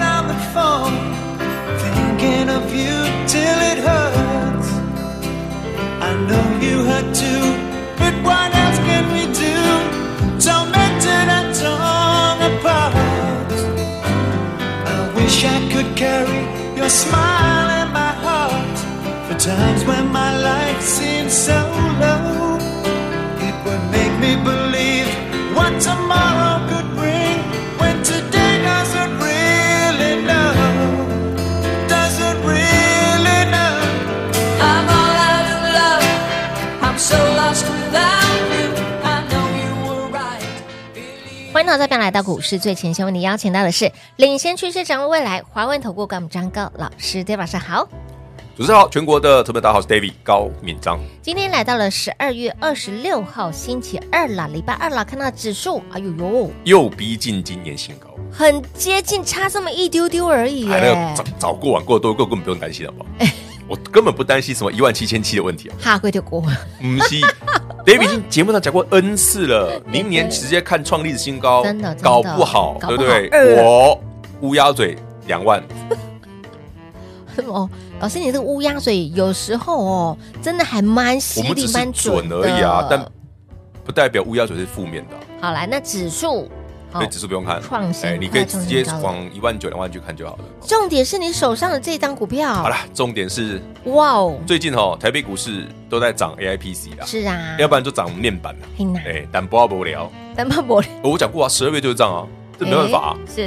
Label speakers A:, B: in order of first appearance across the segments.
A: on the phone, thinking of you till it hurts. I know you hurt too, but what else can we do? Tormented and torn apart. I wish I could carry your smile in my heart for times when my life seems so low. It would make me believe what tomorrow could bring when today doesn't really know. Doesn't really know.
B: I'm all out of love. I'm so lost without you. I know you were right. Believe
C: 欢迎大家再来到股市最前线，为你邀请到的是领先趋势、掌握未来华冠投顾干部张高老师，大家晚上好。
D: 主持人好，全国的特别大家好，我是 David 高敏章。
C: 今天来到了十二月二十六号星期二啦，礼拜二啦，看到指数，哎呦呦，
D: 又逼近今年新高，
C: 很接近，差这么一丢丢而已
D: 哎，那
C: 耶
D: 个早。早过晚过都过，根本不用担心，好不好？我根本不担心什么一万七千七的问题啊，
C: 哈贵就过，
D: 唔是 ，David 已经节目上讲过 N 次了，明年直接看创历史新高，
C: 真的真的
D: 搞不好，
C: 搞不好呃
D: 对不对？
C: 二
D: 我乌鸦嘴两万，
C: 哦，老师，你这个乌鸦嘴有时候哦，真的还蛮犀
D: 我们只
C: 利、
D: 是
C: 蛮
D: 准
C: 的
D: 而已啊，但不代表乌鸦嘴是负面的啊，
C: 好来，那指数哦好
D: 所以，指数不用看，
C: 创新
D: 哎你可以
C: 快创
D: 直
C: 新
D: 接
C: 高了
D: 往一万九、两万去看就好了。
C: 重点是你手上的这张股票，
D: 好了，重点是
C: 哇哦，
D: 最近哦，台北股市都在涨 AIPC 啦，
C: 是啊，
D: 要不然就涨面板了。
C: 很难，
D: 哎，但不要不聊，
C: 但怕我
D: 我讲过啊，十二月就是这样啊，这没办法啊，
C: 是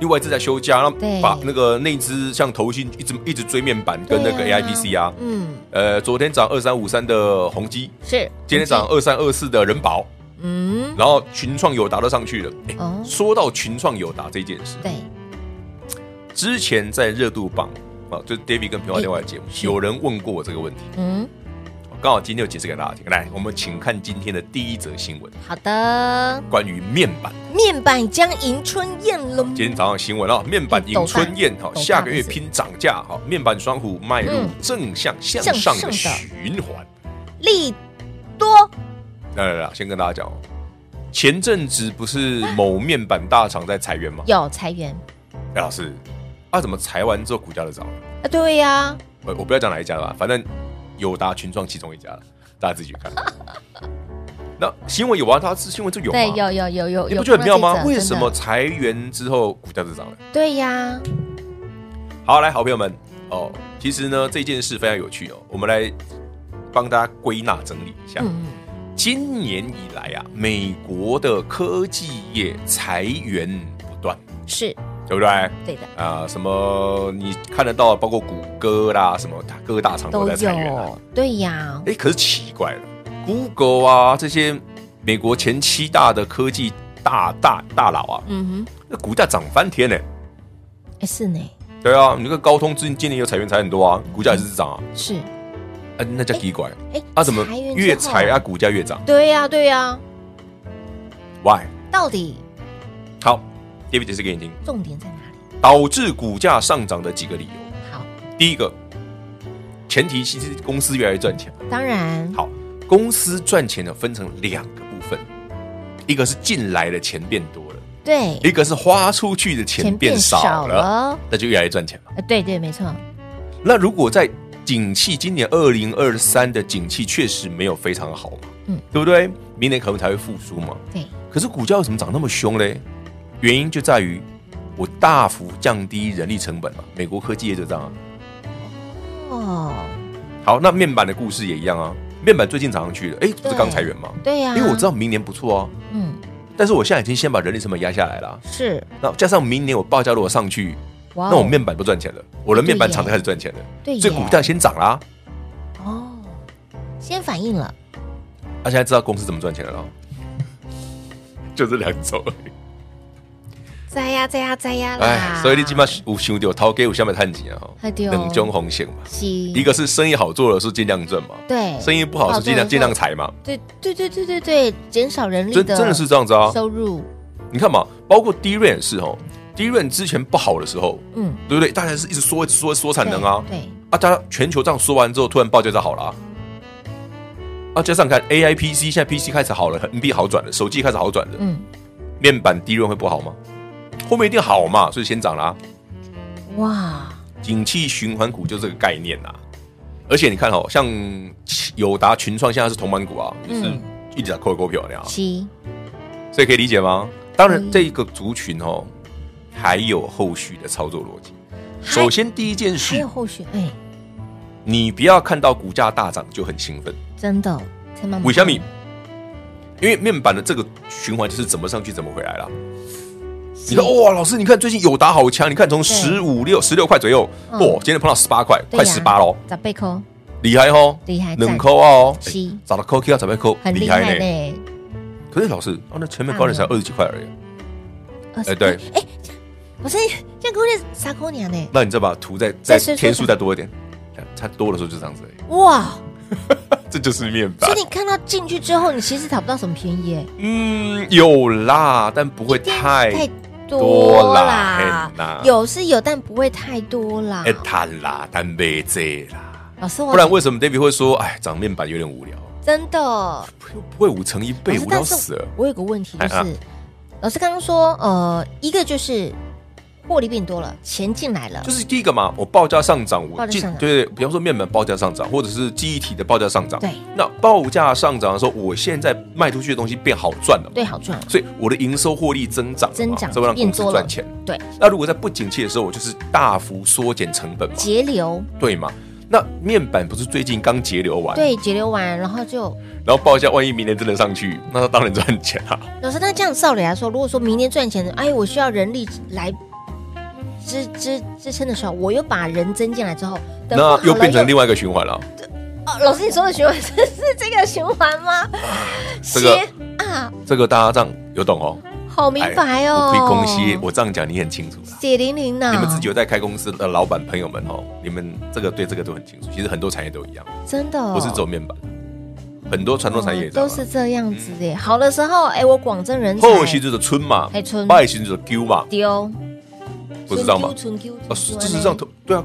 D: 因为外资在休假，
C: 哎对
D: 那把那个内资像投信一直一直追面板跟那个
C: 对啊
D: AIPC 啊，
C: 嗯，
D: 呃，昨天涨二三五三的宏基，
C: 是
D: 今天涨，二三二四的人保，
C: 嗯，
D: 然后群创友达都上去了。哎
C: 哦
D: 说到群创友达这件事，
C: 对，
D: 之前在热度榜啊，就是 David 跟平华另外的节目，
C: 哎是
D: 有人问过我这个问题，
C: 嗯，
D: 刚好今天有解释给大家听。来，我们请看今天的第一则新闻，
C: 好的，
D: 关于面板。
C: 面板将迎春宴了吗，
D: 今天早上新闻啊，面板迎春宴
C: 斗
D: 哈，
C: 大
D: 下个月拼涨价哈，面板双虎迈入
C: 嗯
D: 正向向
C: 向
D: 上
C: 上
D: 的
C: 的
D: 循环。
C: 利多
D: 来来来，先跟大家讲哦，前阵子不是某面板大厂在裁员吗？
C: 有裁员
D: 哎，老师，啊，怎么裁完之后股价就涨了？
C: 啊，对呀，
D: 我我不要讲哪一家了吧，反正友达群创其中一家了，大家自己 去看。那新闻有啊，它是新闻就有
C: 对，
D: 啊，
C: 有有有有，
D: 你
C: 有
D: 不觉得很妙吗
C: 碰？到这
D: 为
C: 一则
D: 什
C: 真
D: 么？
C: 的
D: 裁员之后股价就涨了？
C: 对呀，
D: 好，来，好朋友们哦，其实呢这件事非常有趣哦，我们来帮大家归纳整理一下。
C: 嗯，
D: 今年以来啊，美国的科技业裁员不断，
C: 是
D: 对不对？啊、
C: 对的，
D: 什么你看得到，包括谷歌啦，什么大各大厂都
C: 都
D: 在裁员啊。
C: 有，对呀，
D: 哎，可是奇怪了，Google 啊这些美国前七大的科技大大大佬啊，
C: 嗯
D: 那股价涨翻天呢、
C: 哼，哎是呢，
D: 对啊，你看高通最近今年有裁员裁很多啊，股价也是涨啊。
C: 是，
D: 啊，那叫奇怪。
C: 哎，
D: 啊，怎么
C: 裁员之
D: 越裁
C: 后
D: 啊，？股价越涨
C: 对呀对呀，
D: ？Why？
C: 到底
D: 好，David 解释给你听，
C: 重点在哪里？
D: 导致股价上涨的几个理由。
C: 好，
D: 第一个，前提其实公司越来越赚钱。
C: 当然，
D: 好，公司赚钱呢分成两个部分，一个是进来的钱变多了，
C: 对，
D: 一个是花出去的钱变少了，
C: 了，
D: 那就越来越赚钱嘛。
C: 呃对对，没错，
D: 那如果在景气今年二零二三的景气确实没有非常好嘛，
C: 嗯
D: 嗯，对不对？明年可能才会复苏嘛。
C: 对，
D: 可是股价为什么涨那么凶嘞？原因就在于我大幅降低人力成本嘛。美国科技业就这样啊。
C: 哦，
D: 好，那面板的故事也一样啊。面板最近涨上去了，哎，不是刚裁员吗？
C: 对啊呀，
D: 因为我知，道明年不错啊，
C: 嗯，
D: 但是我现在已经先把人力成本压下来了，啊
C: 是，
D: 那加上明年我报价如果上去，
C: 哇哦
D: 那我面板不赚钱了，我的面板厂
C: 对耶
D: 就开始赚钱了，
C: 对耶
D: 所以股价先涨啦。
C: 哦，先反应了，
D: 啊，现 在知道公司怎么赚钱了咯，就这两种而已。
E: 在呀在呀在呀啦！
D: 哎，所以你起码有想到头家有下面探钱啊
C: 哎，对哦
D: 两种风险嘛，
C: 是
D: 一个是生意好做的是尽量赚嘛，
C: 对
D: 生意不好是尽量
C: 嗯好做的时候
D: 尽量裁嘛，
C: 对对对对对对，减少人力
D: 真
C: 的
D: 真的是这样子啊。
C: 收入，
D: 你看嘛，包括低润也是哦，低润之前不好的时候，
C: 嗯，
D: 对不对？大家是一直缩一直缩缩产能啊，
C: 对对
D: 啊，大家全球这样缩完之后，突然报价就好了啊。啊，加上看 A I P C，现在 P C 开始好了，N B 好转了，手机开始好转了，
C: 嗯，
D: 面板低润会不好吗？后面一定好嘛，所以先涨啦、
C: 哇，
D: 景气循环股就这个概念呐、而且你看哦，像友达、群创现在是同板股啊，也是
C: 嗯
D: 一直在扣股票那样啊，
C: 七
D: 所以可以理解吗？当然
C: 可以，
D: 这个族群哦，还有后续的操作逻辑。首先，第一件
C: 还
D: 事
C: 有，后续，哎，
D: 你不要看到股价大涨就很兴奋。
C: 真的，才慢慢
D: 为什么？因为面板的这个循环就是怎么上去怎么回来啦。你看，
C: 嗯
D: 哇，老师，你看最近友达好强，你看从十五六十六块左右，哇、
C: 嗯
D: 今天碰到十八块，
C: 对呀啊
D: 快十八喽。
C: 咋被扣？
D: 厉害哦，
C: 厉害
D: 冷
C: 赞
D: 扣哦，
C: 是
D: 哎找到扣 K 要怎么扣，
C: 很厉害
D: 呢。
C: 呢，
D: 可是老师，哦，那前面高点才
C: 大牛
D: 二十几块而
C: 啊
D: 已，
C: 二十
D: 哎，对，
C: 哎，我是这样跟我傻姑娘呢，
D: 那你再把图再
C: 再
D: 再
C: 伸缩
D: 天数
C: 再
D: 再多一点，它多的时候就这样子而已，
C: 哇，
D: 这就是面板
C: 所以。你看到进去之后，你其实讨不到什么便宜耶，
D: 嗯，有啦，但不会太
C: 太
D: 多
C: 多
D: 啦
C: 啦
D: 嘿啦，
C: 有是有，但不会太多啦
D: 哎。贪啦，但没这啦。
C: 老师，我
D: 不然为什么 David 会说，哎，涨面板有点无聊？
C: 真的
D: 不不会五乘一倍，
C: 老师
D: 无聊
C: 但
D: 死
C: 是
D: 了。
C: 我有个问题就
D: 哎啊
C: 是，老师刚刚说，呃，一个就是获利变多了，钱进来了
D: 就，是第一个嘛，我报价上涨，
C: 报价
D: 我进
C: 上涨
D: 对对，比方说面板报价上涨，或者是记忆体的报价上涨。
C: 对，
D: 那报价上涨的时候，我现在卖出去的东西变好赚了，
C: 对，好赚，
D: 所以我的营收获利增长了嘛，
C: 增长
D: 这会让
C: 变
D: 公司
C: 多了
D: 赚钱。，
C: 对，
D: 那如果在不景气的时候，我就是大幅缩减成本嘛，
C: 节流，
D: 对嘛？那面板不是最近刚节流完，，
C: 对，节流完，然后就
D: 然后报价，万一明年真的上去，那它当然赚钱啊。
C: 老师，那这样照理来说，如果说明年赚钱的，哎，我需要人力来支支支撑的时候，我又把人增进来之后，等
D: 那
C: 又
D: 又变成另外一个循环了。
C: 哦，老师你说的循环是是这个循环吗？
D: 这个
C: 邪啊，
D: 这个大家这样有懂哦？
C: 好明白哦，
D: 哎我可以恭喜，我这样讲你很清楚啦。
C: 血淋淋啊呐，
D: 你们自己有在开公司的老板朋友们哦，你们这个对这个都很清楚。其实很多产业都一样，
C: 真的、哦，
D: 不是走面板，很多传统产业也
C: 哦
D: 这样
C: 都
D: 啊
C: 是这样子的。好的时候，哎，我广征人才，
D: 后期就是春嘛
C: 哎春，
D: 败期就是丢嘛，
C: 丢，
D: 不是这样吗？
C: 纯 Q，
D: 啊，是这是这样投对啊。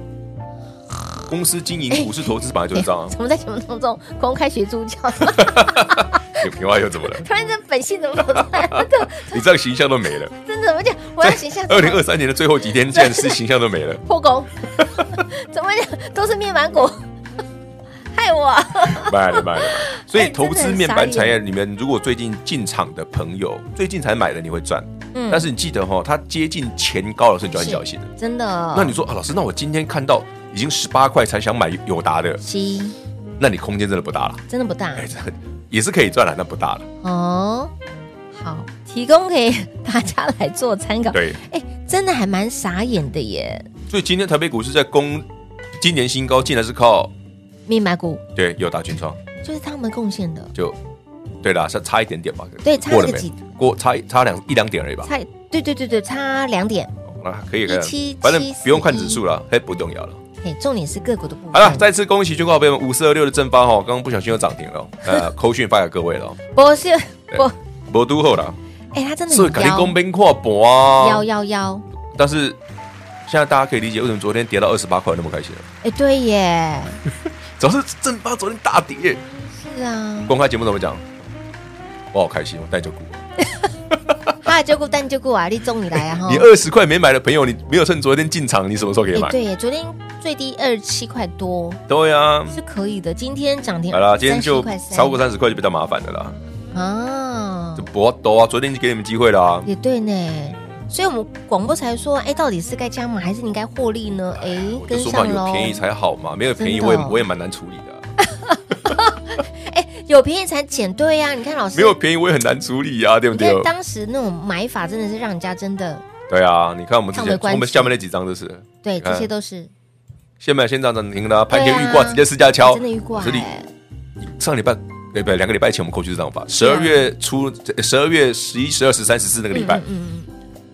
D: 公司经
C: 哎
D: 营、股市投资本来就是这样啊。
C: 怎么在节目当中公开学猪叫？哎
D: 你平话又怎么了？
C: 突然这本性怎么跑出来 了？这
D: 你这样形象都没 了。
C: 真的，而且我要形象
D: 二零二三年的最后几天，竟然是形象都没 了。
C: 破功，怎么讲都是面板股， 害我
D: 卖了卖了。所以投
C: 哎真的
D: 资
C: 很
D: 面板
C: 傻
D: 产业里面，如果最近进场的朋友，最近才买的你会赚，
C: 嗯
D: 但是你记得哈、哦，它接近前高的时候你就很小心了。
C: 真的。
D: 那你说啊，老师，那我今天看到已经十八块才想买友达的，
C: 七
D: 那你空间真的不大了。
C: 真的不大
D: 哎，这也是可以赚了，那不大了。
C: 哦。好，提供给大家来做参考。
D: 对，
C: 哎，真的还蛮傻眼的耶，
D: 所以今天台北股市在攻今年新高，竟然是靠
C: 面板股
D: 对友达群创，
C: 就是他们贡献的。
D: 就对啦，差差一点点吧。
C: 对差
D: 过了
C: 那个
D: 没
C: 几？
D: 过差一差两一两点而已吧。哦
C: 差对对对对，差两点。
D: 那可以可以
C: 17，
D: 反正不用看
C: 71
D: 指数了，嘿，不重要了。
C: 嘿，重点是个股的部分。
D: 好了，再次恭喜军工好朋友们五四二六的正发哈，哦刚刚不小心又涨停了哦， 呃，口讯发给各位了哦，
C: 不是不，
D: 博都后了，
C: 哎，他真的
D: 所以
C: 很
D: 肯定
C: 彪
D: 公兵跨博啊
C: 幺。幺幺，
D: 但是现在大家可以理解为什么昨天跌到二十八块那么开心了，
C: 哎，对耶，
D: 主要是正发昨天大跌。
C: 是啊，
D: 公开节目怎么讲？我好开心，我带着股。
C: 哈就顾蛋就顾啊，立中你来啊哈。
D: 你二十块没买的朋友，你没有趁昨天进场，你什么时候可以买
C: 哎，？对耶，昨天最低二十七块多
D: 对呀，
C: 是可以的，今天涨停
D: 好啦，今天
C: 37
D: 就
C: 块三
D: 超过三十块就比较麻烦的啦，
C: 啊
D: 这，博多啊，昨天就给你们机会了啊。
C: 也对呢。所以我们广播才说，哎，到底是该加码还是你该获利呢？哎
D: 我，就
C: 跟
D: 说嘛，
C: 上
D: 有
C: 喽。
D: 便宜才好嘛，没有便宜
C: 真的
D: 我也我也蛮难处理的啊。
C: 有便宜才减，对呀。你看老师，
D: 没有便宜我也很难处理啊，对不
C: 你
D: 对
C: 看？当时那种买法真的是让人家真的
D: 对啊，你看我们之
C: 看我们
D: 前
C: 关系
D: 我们下面那几张就是，
C: 对，
D: 看
C: 这些都是
D: 先买先涨涨停的啊，盘
C: 对啊
D: 前预挂直接试价敲，
C: 真的遇过
D: 我这里
C: 哎。
D: 上礼拜。对不对？两个礼拜前我们口去是这样法，十
C: 对啊
D: 二月初、十二月十一、十二、十三、十四那个礼拜，
C: 嗯嗯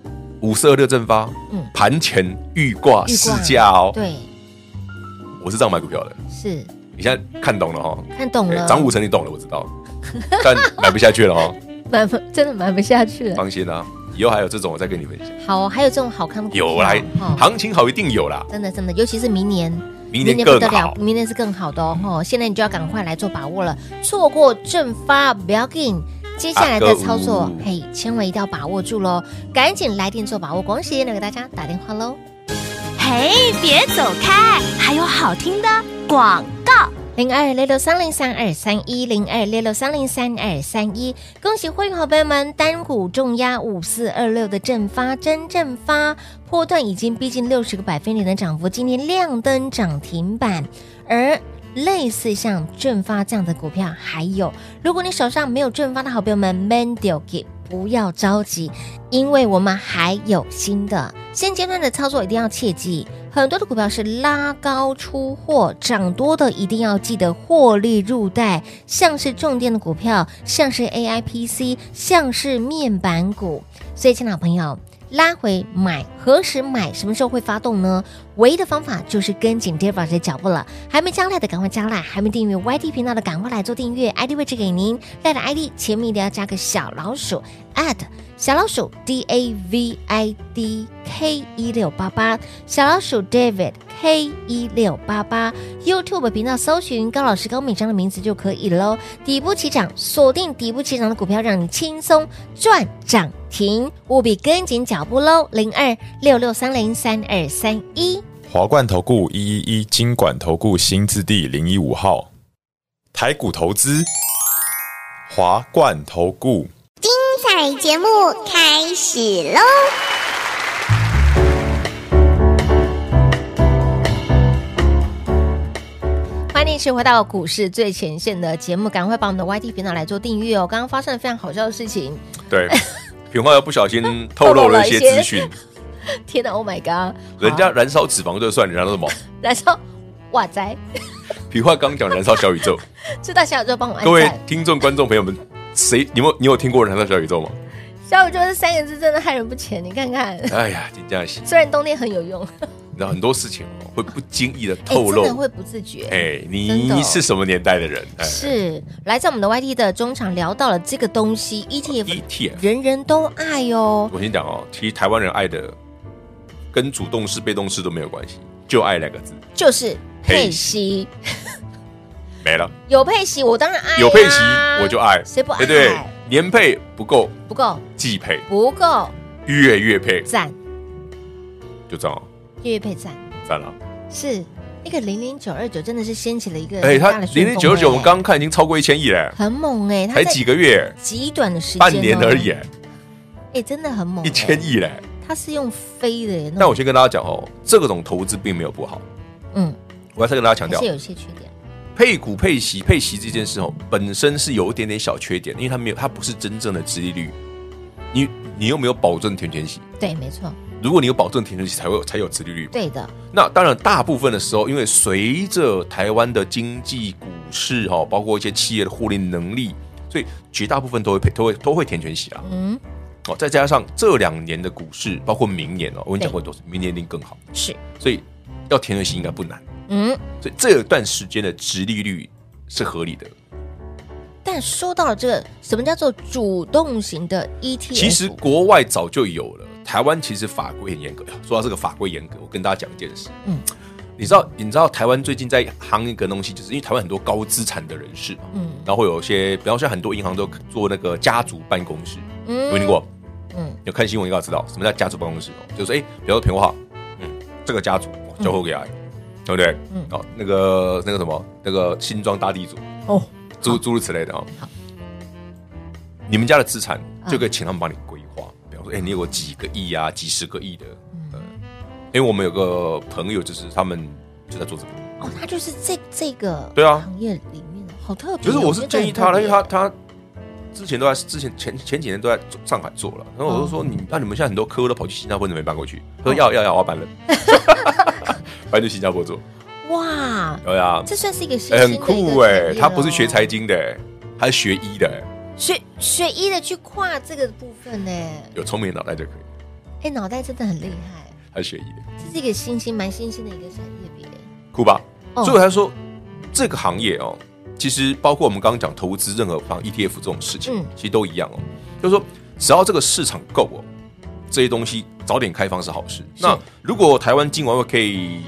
C: 嗯
D: 五四二六正发，
C: 嗯
D: 盘前预挂
C: 预
D: 市
C: 挂
D: 价哦，
C: 嗯对，
D: 我是这样买股票的。
C: 是
D: 你现在看懂了哈，
C: 看懂了，
D: 哎涨五成你懂了，我知 道，但买不下去了哈，
C: 买不真的买不下去了。
D: 放心啦，以后还有这种我再跟你分享。
C: 好，还有这种好看的股票
D: 有来，
C: 哦
D: 行情好一定有啦，
C: 真的真的，尤其是明年，
D: 明年
C: 不
D: 更
C: 得了
D: 好，，嗯
C: 明年是更好的哦。吼现在你就要赶快来做把握了，错过正发不要紧。接下来的操作
D: 啊，哥
C: 嘿，千万一定要把握住喽！赶紧来电做把握，广喜也能给大家打电话喽。
E: 嘿，别走开，还有好听的广告。
C: 零二六六三零三二三一零二六六三零三二三一，恭喜会员好朋友们，单股重压五四二六的正发真正发，波段已经逼近六十个百分点的涨幅，今天亮灯涨停板，而。类似像正发这样的股票，还有，如果你手上没有正发的好朋友们 m a n d i g 不要着急，因为我们还有新的。现阶段的操作一定要切记，很多的股票是拉高出货，涨多的一定要记得获利入袋，像是重电的股票，像是 AIPC，像是面板股。所以，亲爱的朋友。拉回买，何时买，什么时候会发动呢？唯一的方法就是跟紧 Dave 老师的脚步了。还没加赖的赶快加赖，还没订阅 YT 频道的赶快来做订阅，ID 位置给您，赖的 ID 前面一定要加个小老鼠 at 小老鼠 D A V I D K 一六八八，小老鼠 David K 一六八八，YouTube 频道搜寻高老师高敏章的名字就可以喽。底部起涨，锁定底部起涨的股票，让你轻松赚涨停，务必跟紧脚步喽。零二六六三零三二三一。
F: 华冠投顾一一一金管投顾新字第零一五号，台股投资，华冠投顾。
G: 彩节目开始喽！
C: 欢迎持回到股市最前线的节目，赶快把我们的 YT 频道来做订阅哦！刚刚发生了非常好笑的事情，
D: 对，平花又不 小心透露了一些资讯，
C: 天哪，Oh my god！
D: 人家
C: 好
D: 燃烧脂肪就算，人家说什么？
C: 燃烧，哇塞！
D: 平花刚讲燃烧小宇 宙，
C: 知道小宇宙帮我按
D: 各位
C: 赞，
D: 听众观众朋友们，谁你们你有听过燃烧小宇宙吗？
C: 小宇宙这三个字真的害人不浅，你看看，
D: 哎呀，金佳喜，
C: 虽然冬天很有 用，
D: 你知道很多事情哦会不经意的
C: 哎
D: 透
C: 真的
D: 露。
C: 会不自觉。
D: 哎，
C: 真的
D: 你
C: 哦
D: 是什么年代的人？哎
C: 是来自我们的 YT 的中场聊到了这个东西
D: 哦
C: ETF，
D: ETF。
C: 人人都爱哦，
D: 我先讲哦，其实台湾人爱的跟主动式、被动式都没有关系，就爱两个字，
C: 就是配
D: 配
C: 息，
D: 没了。
C: 有配息我当然爱啊，
D: 有配息我就爱，
C: 谁不爱哎
D: 对对，年配不够，
C: 不够
D: 季配、
C: 不够
D: 月月配，
C: 赞，
D: 就这样哦，
C: 月月配赞
D: 赞了。
C: 是那个零零九二九真的是掀起了一个
D: 哎，
C: 很
D: 他
C: 大的旋
D: 零
C: 风
D: 零九
C: 哎
D: 九，我们刚刚看已经超过一千亿嘞，
C: 很猛哎，它
D: 才
C: 在
D: 几个月，
C: 极短的时间哦
D: 半年而已，
C: 哎，真的很猛，
D: 一千
C: 哎
D: 亿嘞。
C: 它是用飞的耶，那
D: 但
C: 种
D: 我先跟大家讲哦，这种投资并没有不好，
C: 嗯，
D: 我要再跟大家强
C: 还
D: 调
C: 哎是，有一些缺点，
D: 配股配息配息这件事哦，本身是有一点点小缺点，因为它没有，它不是真正的殖利率，你你又没有保证填全息。
C: 对，没错，
D: 如果你有保证停损期，才会有才有殖利率嘛。
C: 对的，
D: 那当然，大部分的时候，因为随着台湾的经济、股市哈、哦，包括一些企业的获利能力，所以绝大部分都会配都会都会填全息啊。
C: 嗯，
D: 哦，再加上这两年的股市，包括明年哦，我跟你讲过很多次，明年一定更好。
C: 是，
D: 所以要填全息应该不难。
C: 嗯，
D: 所以这段时间的殖利率是合理的。
C: 但说到了这个，什么叫做主动型的 E ETF？
D: 其实国外早就有了，台湾其实法规很严格。 说到这个法规严格，我跟大家讲一件事，
C: 嗯
D: 嗯，你知道你知道台湾最近在行一个东西，就是因为台湾很多高资产的人士嘛，
C: 嗯
D: 嗯，然后会有一些，比方说很多银行都做那个家族办公室，有没有
C: 嗯
D: 听过？
C: 嗯
D: 有看新闻应该知道什么叫家族办公室哦，就是哎，比方说平话，嗯，这个家族哦交付给阿姨，对不对？
C: 嗯
D: 嗯，哦，那个那个什么，那个新庄大地主，
C: 哦，
D: 诸诸如此类的哈、哦。你们家的资产
C: 嗯
D: 就可以请他们帮你规划，比方说，哎、你有几个亿啊，几十个亿的，
C: 嗯
D: 呃，因为我们有个朋友就是他们就在做这个，
C: 哦，它就是这这个
D: 对啊
C: 行业里面的好特别哦。
D: 就是我是建议他
C: 了，
D: 了，因为他他之前都在之前前前几年都在上海做了，然后我就说
C: 嗯
D: 你那、你们现在很多客户都跑去
C: 哦
D: 新加坡，你没搬过去？他说要要要，我要搬了， 搬去新加坡做，
C: 哇，
D: 对啊，
C: 这算是一个新
D: 哎
C: 兴的啊
D: 很
C: 一个
D: 酷哎、
C: 产业
D: 他不是学
C: 咯
D: 财经的、欸他是学医的、欸
C: 学学医的去跨这个部分呢，
D: 有聪明的脑袋就可以。
C: 哎，脑袋真的很厉害，
D: 还学医的，
C: 这是一个新兴蛮新兴的一个产业别。
D: 酷吧？
C: 哦
D: 所以我才说这个行业哦，其实包括我们刚刚讲投资任何像 ETF 这种事情，
C: 嗯
D: 其实都一样哦，就是说只要这个市场够哦，这些东西早点开放是好事。那如果台湾今晚会可以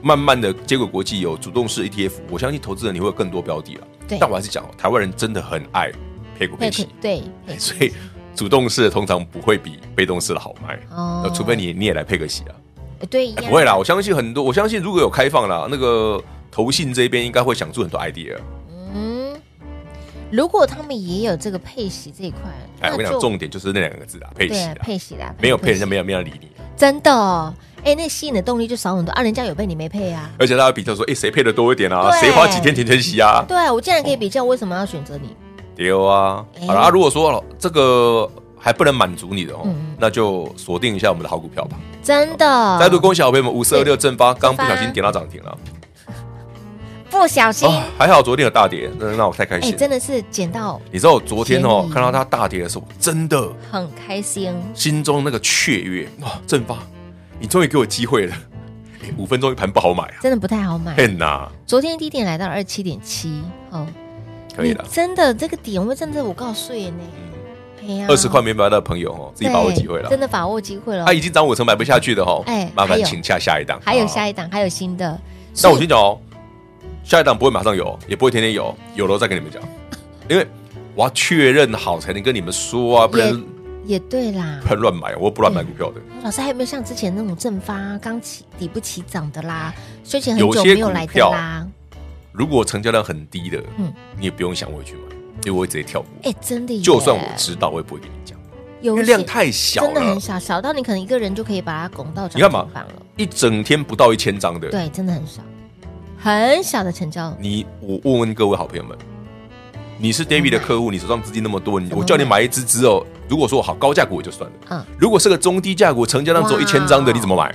D: 慢慢的接轨国际，有主动式 ETF，我相信投资人你会有更多标的了。
C: 对
D: 但我还是讲哦，台湾人真的很爱配股配息，
C: 对，
D: 所以主动式的通常不会比被动式的好卖，
C: 哦
D: 除非你你也来配个息啊。
C: 对一
D: 哎
C: 样
D: 不会啦，我相信很多，我相信如果有开放啦，那个投信这边应该会想出很多 idea。
C: 嗯，如果他们也有这个配息这一块，
D: 哎，
C: 那
D: 我跟你
C: 就
D: 讲，重点就是那两个字啊，配息
C: 对啊
D: 啦，
C: 配息啦，
D: 没有配人
C: 息
D: 家没有没有人理你，
C: 真的哦，哎，那吸引的动力就少很多啊，人家有配你没配啊？
D: 而且大家比较说，哎，谁配的多一点啊？
C: 对
D: 谁花几天填填息啊？
C: 对我竟然可以比较，为什么要选择你？
D: 丢啊！
C: 哎
D: 好啦，如果说这个还不能满足你的哦
C: 嗯，
D: 那就锁定一下我们的好股票吧。
C: 真的，
D: 再度恭喜好朋友们五四二六正八，刚不小
C: 正发
D: 心点到涨停了，
C: 不小心，
D: 哦，还好昨天有大跌，那那我太开
C: 哎，
D: 心。
C: 真的是捡到
D: 你知道我昨天哦
C: 便宜
D: 看到它大跌的时候，真的
C: 很开心，
D: 心中那个雀跃哇！正发，你终于给我机会了，诶五分钟一盘不好买啊，
C: 真的不太好买。
D: 恨呐，
C: 昨天低点来到二七点七，哦，
D: 可以了嗯
C: 你。真的这个点位真的我告诉你呢，哎呀
D: 二十块没买到的朋友哦，自己把握机会了啊
C: 对真。的把握机会了
D: 他。已经涨五成买不下去的哦
C: 哎，
D: 麻
C: 还
D: 烦
C: 有
D: 请下下一档。
C: 还有
D: 一
C: 下一档，还有新的，
D: 那我先讲哦，下一档不会马上有，也不会天天有，有了我再跟你 们讲，因为我要确认好才能跟你们说啊，不然
C: 也嗯对啦
D: 不。然乱买，我又不乱买股票的。
C: 老师还有没有像之前那种正发刚起底不起涨的啦，睡前很
D: 有
C: 久
D: 些
C: 没有来
D: 股
C: 的
D: 票
C: 啦？
D: 如果成交量很低的
C: 嗯，
D: 你也不用想我会去买，因为我会直接跳过。
C: 哎，真的耶，
D: 就算我知道，我也不会跟你讲，
C: 有
D: 因为
C: 些
D: 量太小
C: 真的
D: 了
C: 很。小，小到你可能一个人就可以把它拱到涨
D: 你干嘛
C: 停板了。
D: 一整天不到一千张的，
C: 对，真的很少，很小的成交。
D: 你我问问各位好朋友们，你是 David 的客户，你手上资金那么多，你
C: 怎么买
D: 我叫你买一只只哦。如果说我好高价股我就算了，
C: 嗯，
D: 如果是个中低价股，成交量只有
C: 哇
D: 一千张的，你怎么买？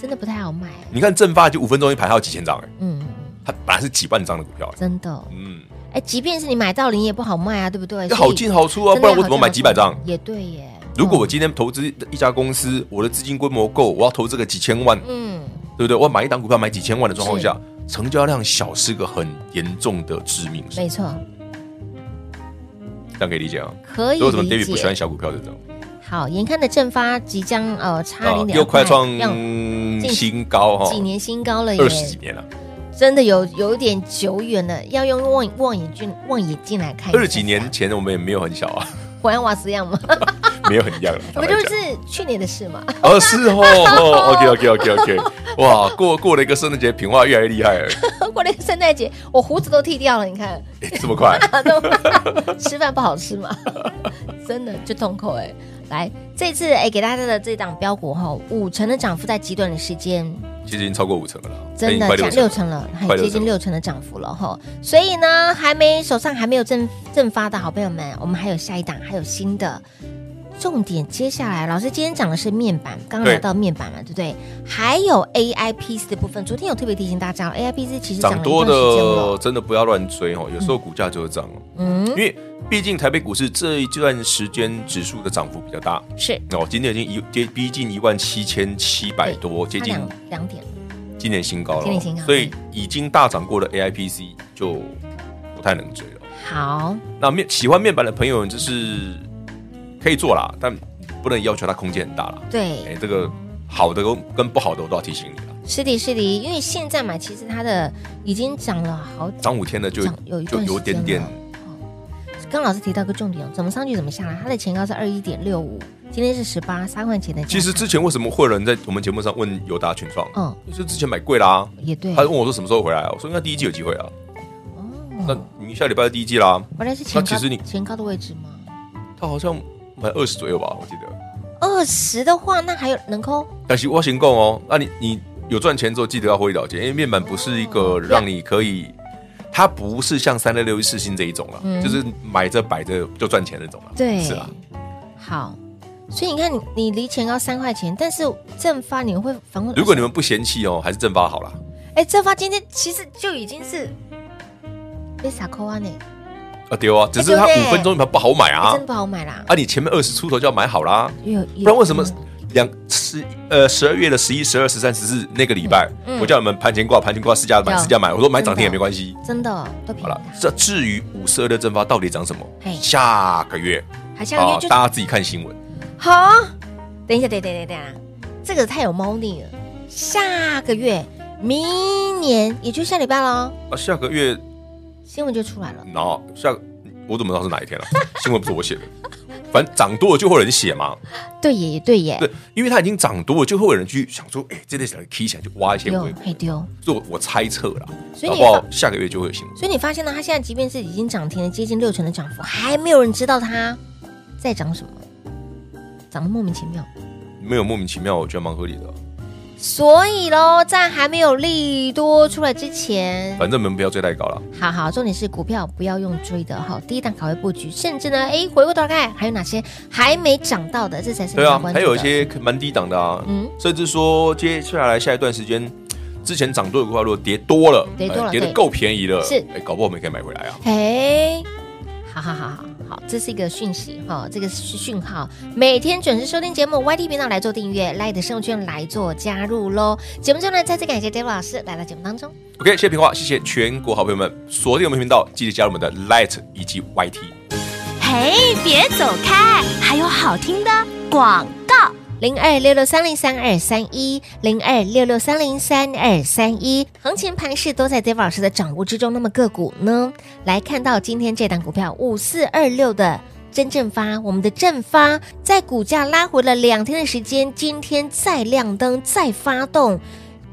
C: 真的不太好买。
D: 你看正发就五分钟一排，还有几千张哎，
C: 嗯，
D: 它本来是几万张的股票，哎
C: 真的哦。
D: 嗯，
C: 哎，即便是你买到零也不好卖啊，对不对？
D: 要
C: 所以
D: 好进好出啊，
C: 真的
D: 不
C: 要
D: 然我怎么买
C: 好进好出
D: 几百张？
C: 也对耶。
D: 如果我
C: 嗯
D: 今天投资一家公司，我的资金规模够，我要投这个几千万，
C: 嗯，
D: 对不对？我买一档股票买几千万的状况下，成交量小是个很严重的致命伤
C: 没，错，
D: 这样可以理解啊。
C: 可以
D: 所以为什么
C: 理
D: David 不喜欢
C: 解。
D: 小股票这种？
C: 好，眼看的正发即将呃差零点
D: 啊又快创
C: 要
D: 新高哈，
C: 几年哎新高了耶，
D: 哦二十几年了，
C: 真的有有一点久远了，要用望望远镜望远镜来看一下。
D: 二十几年前我们也没有很小啊，
C: 果然瓦斯一样吗？
D: 没有很一样了。
C: 不
D: 坦白
C: 就
D: 讲
C: 是去年的事嘛？
D: 哦，是哦，OK OK OK OK，哇，过过了一个圣诞节，平话越来越厉害了，
C: 过年圣诞节，我胡子都剃掉了，你看，
D: 哎这么快，
C: 吃饭不好吃嘛， 真的就痛口哎、来，这次哎、给大家的这档标股哈，五成的涨幅在极短的时间，
D: 其实已经超过五成了啦，
C: 真
D: 已经
C: 的
D: 哎快
C: 涨
D: 成
C: 六
D: 了
C: 成了，很
D: 快
C: 接
D: 六
C: 近
D: 成
C: 六成的涨幅了哈。所以呢，还没手上还没有正正发的好朋友们，我们还有下一档，还有新的。重点接下来，老师今天讲的是面板，刚刚
D: 对
C: 拿到面板嘛，对不对？还有 AI PC 的部分，昨天有特别提醒大家，AI 哦 PC 其实涨
D: 涨
C: 了一
D: 多
C: 段时间了
D: 的，真的不要乱追哦，有时候股价就会涨哦，
C: 嗯
D: 因，为毕竟台北股市这一段时间指数的涨幅比较大，
C: 是
D: 哦，今天已经一接逼近一万七千七百多，接
C: 差
D: 近
C: 两两点了，
D: 今年新高了
C: 今年新高
D: 哦，所以已经大涨过的 AIPC 就不太能追了。
C: 好，
D: 那面喜欢面板的朋友，就是可以做啦，但不能要求它空间很大啦。
C: 对，
D: 哎，这个好的跟跟不好的我都要提醒你了，
C: 是的，是的，因为现在嘛，其实它的已经涨了好几。
D: 涨五天的就
C: 涨有一
D: 就
C: 段
D: 有点点
C: 时间嗯刚老师提到一个重点哦，怎么上去怎么下来，它的前高是二一点六五，今天是十八三块钱的价格。
D: 其实之前为什么会有人在我们节目上问友达群创？
C: 嗯
D: 就是之前买贵啦、
C: 也对，哦
D: 他问我说什么时候回来啊？我说应该第一季有机会啊。那你下礼拜就第一季啦，
C: 本来是前高，
D: 那其实你
C: 前高的位置吗？
D: 他好像买二十左右吧，我记得。
C: 二十的话，那还有能扣
D: 但是我先讲哦，那你你有赚钱之后记得要获利了结，因为面板不是一
C: 哦
D: 个让你可以，它不是像三六六一四星这一种啦，
C: 嗯
D: 就是买着摆着就赚钱那种啦。
C: 对，
D: 是啊，
C: 好，所以你看你你离前高三块钱，但是正发你会反问，
D: 如果你们不嫌弃哦，还是正发好啦。
C: 哎正发今天其实就已经是被撒扣啊你，
D: 啊对啊，只是它
C: 哎对不对
D: 五分钟盘不好买
C: 哎
D: 啊
C: 真，不哎好买啦。
D: 啊你前面二十出头就要买好啦，
C: 有，嗯
D: 不
C: 不
D: 然为什么两十呃十二月的十一、十二、十三、十四那个礼拜，我叫你们盘前挂、盘前挂、试价买、
C: 有
D: 试价买，我说买涨停
C: 嗯
D: 也
C: 啊真的
D: 没关系。
C: 真的哦都便
D: 好
C: 宜
D: 了
C: 啦，
D: 这至于五十二的蒸发到底涨什么
C: 嘿，
D: 下个月
C: 好，下个
D: 啊
C: 月，就
D: 大家自己看新闻。
C: 好。等一下，等一下，等一下，等一下，这个太有猫腻了。下个月，明年也就下礼拜喽，
D: 啊，下个月，
C: 新闻就出来了。
D: 然后下个我怎么知道是哪一天了、啊 新闻不是我写的，反正涨多了就会有人写嘛。
C: 对耶，对耶，
D: 对，因为它已经涨多了，就会有人去想说，哎、这类小 K 起来就挖一些
C: 有
D: 回，
C: 还丢。
D: 所以我我猜测啦，
C: 嗯所以
D: 搞
C: 你
D: 不好下个月就会有新闻。
C: 所以你发现呢，它现在即便是已经涨停了接近六成的涨幅，还没有人知道它在涨什么，涨得莫名其妙。
D: 没有莫名其妙，我觉得蛮合理的啊。
C: 所以喽，在还没有利多出来之前，
D: 反正你们不要追太高了，
C: 好好，重点是股票不要用追的哈，低档卡位布局，甚至呢，哎，回过头来看还有哪些还没涨到的，这才是
D: 对
C: 你要
D: 啊
C: 关，注
D: 还
C: 的
D: 有一些蛮低档的啊，
C: 嗯
D: 甚至说接下来下一段时间。之前涨多的股票如果跌多了，
C: 跌多了
D: 哎跌
C: 对
D: 的够便宜了，
C: 是
D: 哎、搞不好我们也可以买回来啊。
C: 哎，好好好好好，这是一个讯息哈、这个是讯号。每天准时收听节目，YT 频道来做订阅，Light 的生活圈来做加入喽。节目中呢，再次感谢 David 老师来到节目当中。
D: OK，谢谢平话，谢谢全国好朋友们锁定我们频道，记得加入我们的 Light 以及 YT。
E: 嘿，别走开，还有好听的广告。
C: 零二六六三零三二三一，零二六六三零三二三一，行情盘势都在 David 老师的掌握之中。那么个股呢？来看到今天这档股票五四二六的真正发，我们的正发在股价拉回了两天的时间，今天再亮灯，再发动，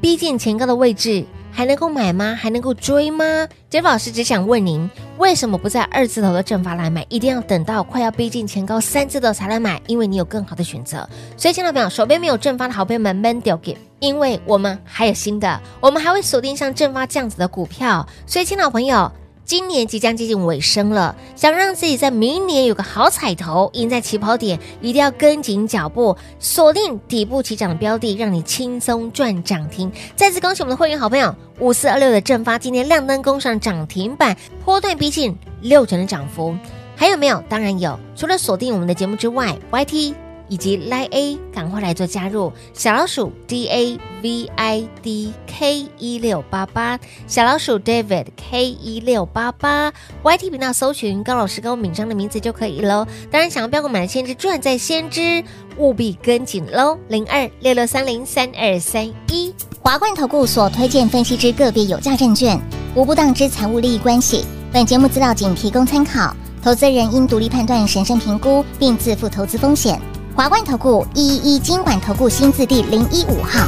C: 逼近前高的位置。还能够买吗？还能够追吗？David 老师只想问您，为什么不在二字头的正发来买，一定要等到快要逼近前高三字头才来买？因为你有更好的选择。所以，亲爱的朋友，手边没有正发的好朋友们，闷掉给，因为我们还有新的，我们还会锁定像正发这样子的股票。所以，亲爱的朋友。今年即将接近尾声了，想让自己在明年有个好彩头，赢在起跑点，一定要跟紧脚步，锁定底部起涨的标的，让你轻松赚涨停。再次恭喜我们的会员好朋友五四二六的正发，今天亮灯攻上涨停板，波段逼近六成的涨幅。还有没有？当然有。除了锁定我们的节目之外，YT 以及 Line A，赶快来做加入。小老鼠 D A V I D K 一六八八，小老鼠 David K 一六八八，YT 频道搜寻高老师跟我敏章的名字就可以喽。当然，想要标股买的先知赚在先知，务必跟紧喽。零二六六三零三二三一。
G: 华冠投顾所推荐分析之个别有价证券，无不当之财务利益关系。本节目资料仅提供参考，投资人应独立判断、审慎评估，并自负投资风险。华冠投顾一一一金管投顾新字第零一五号。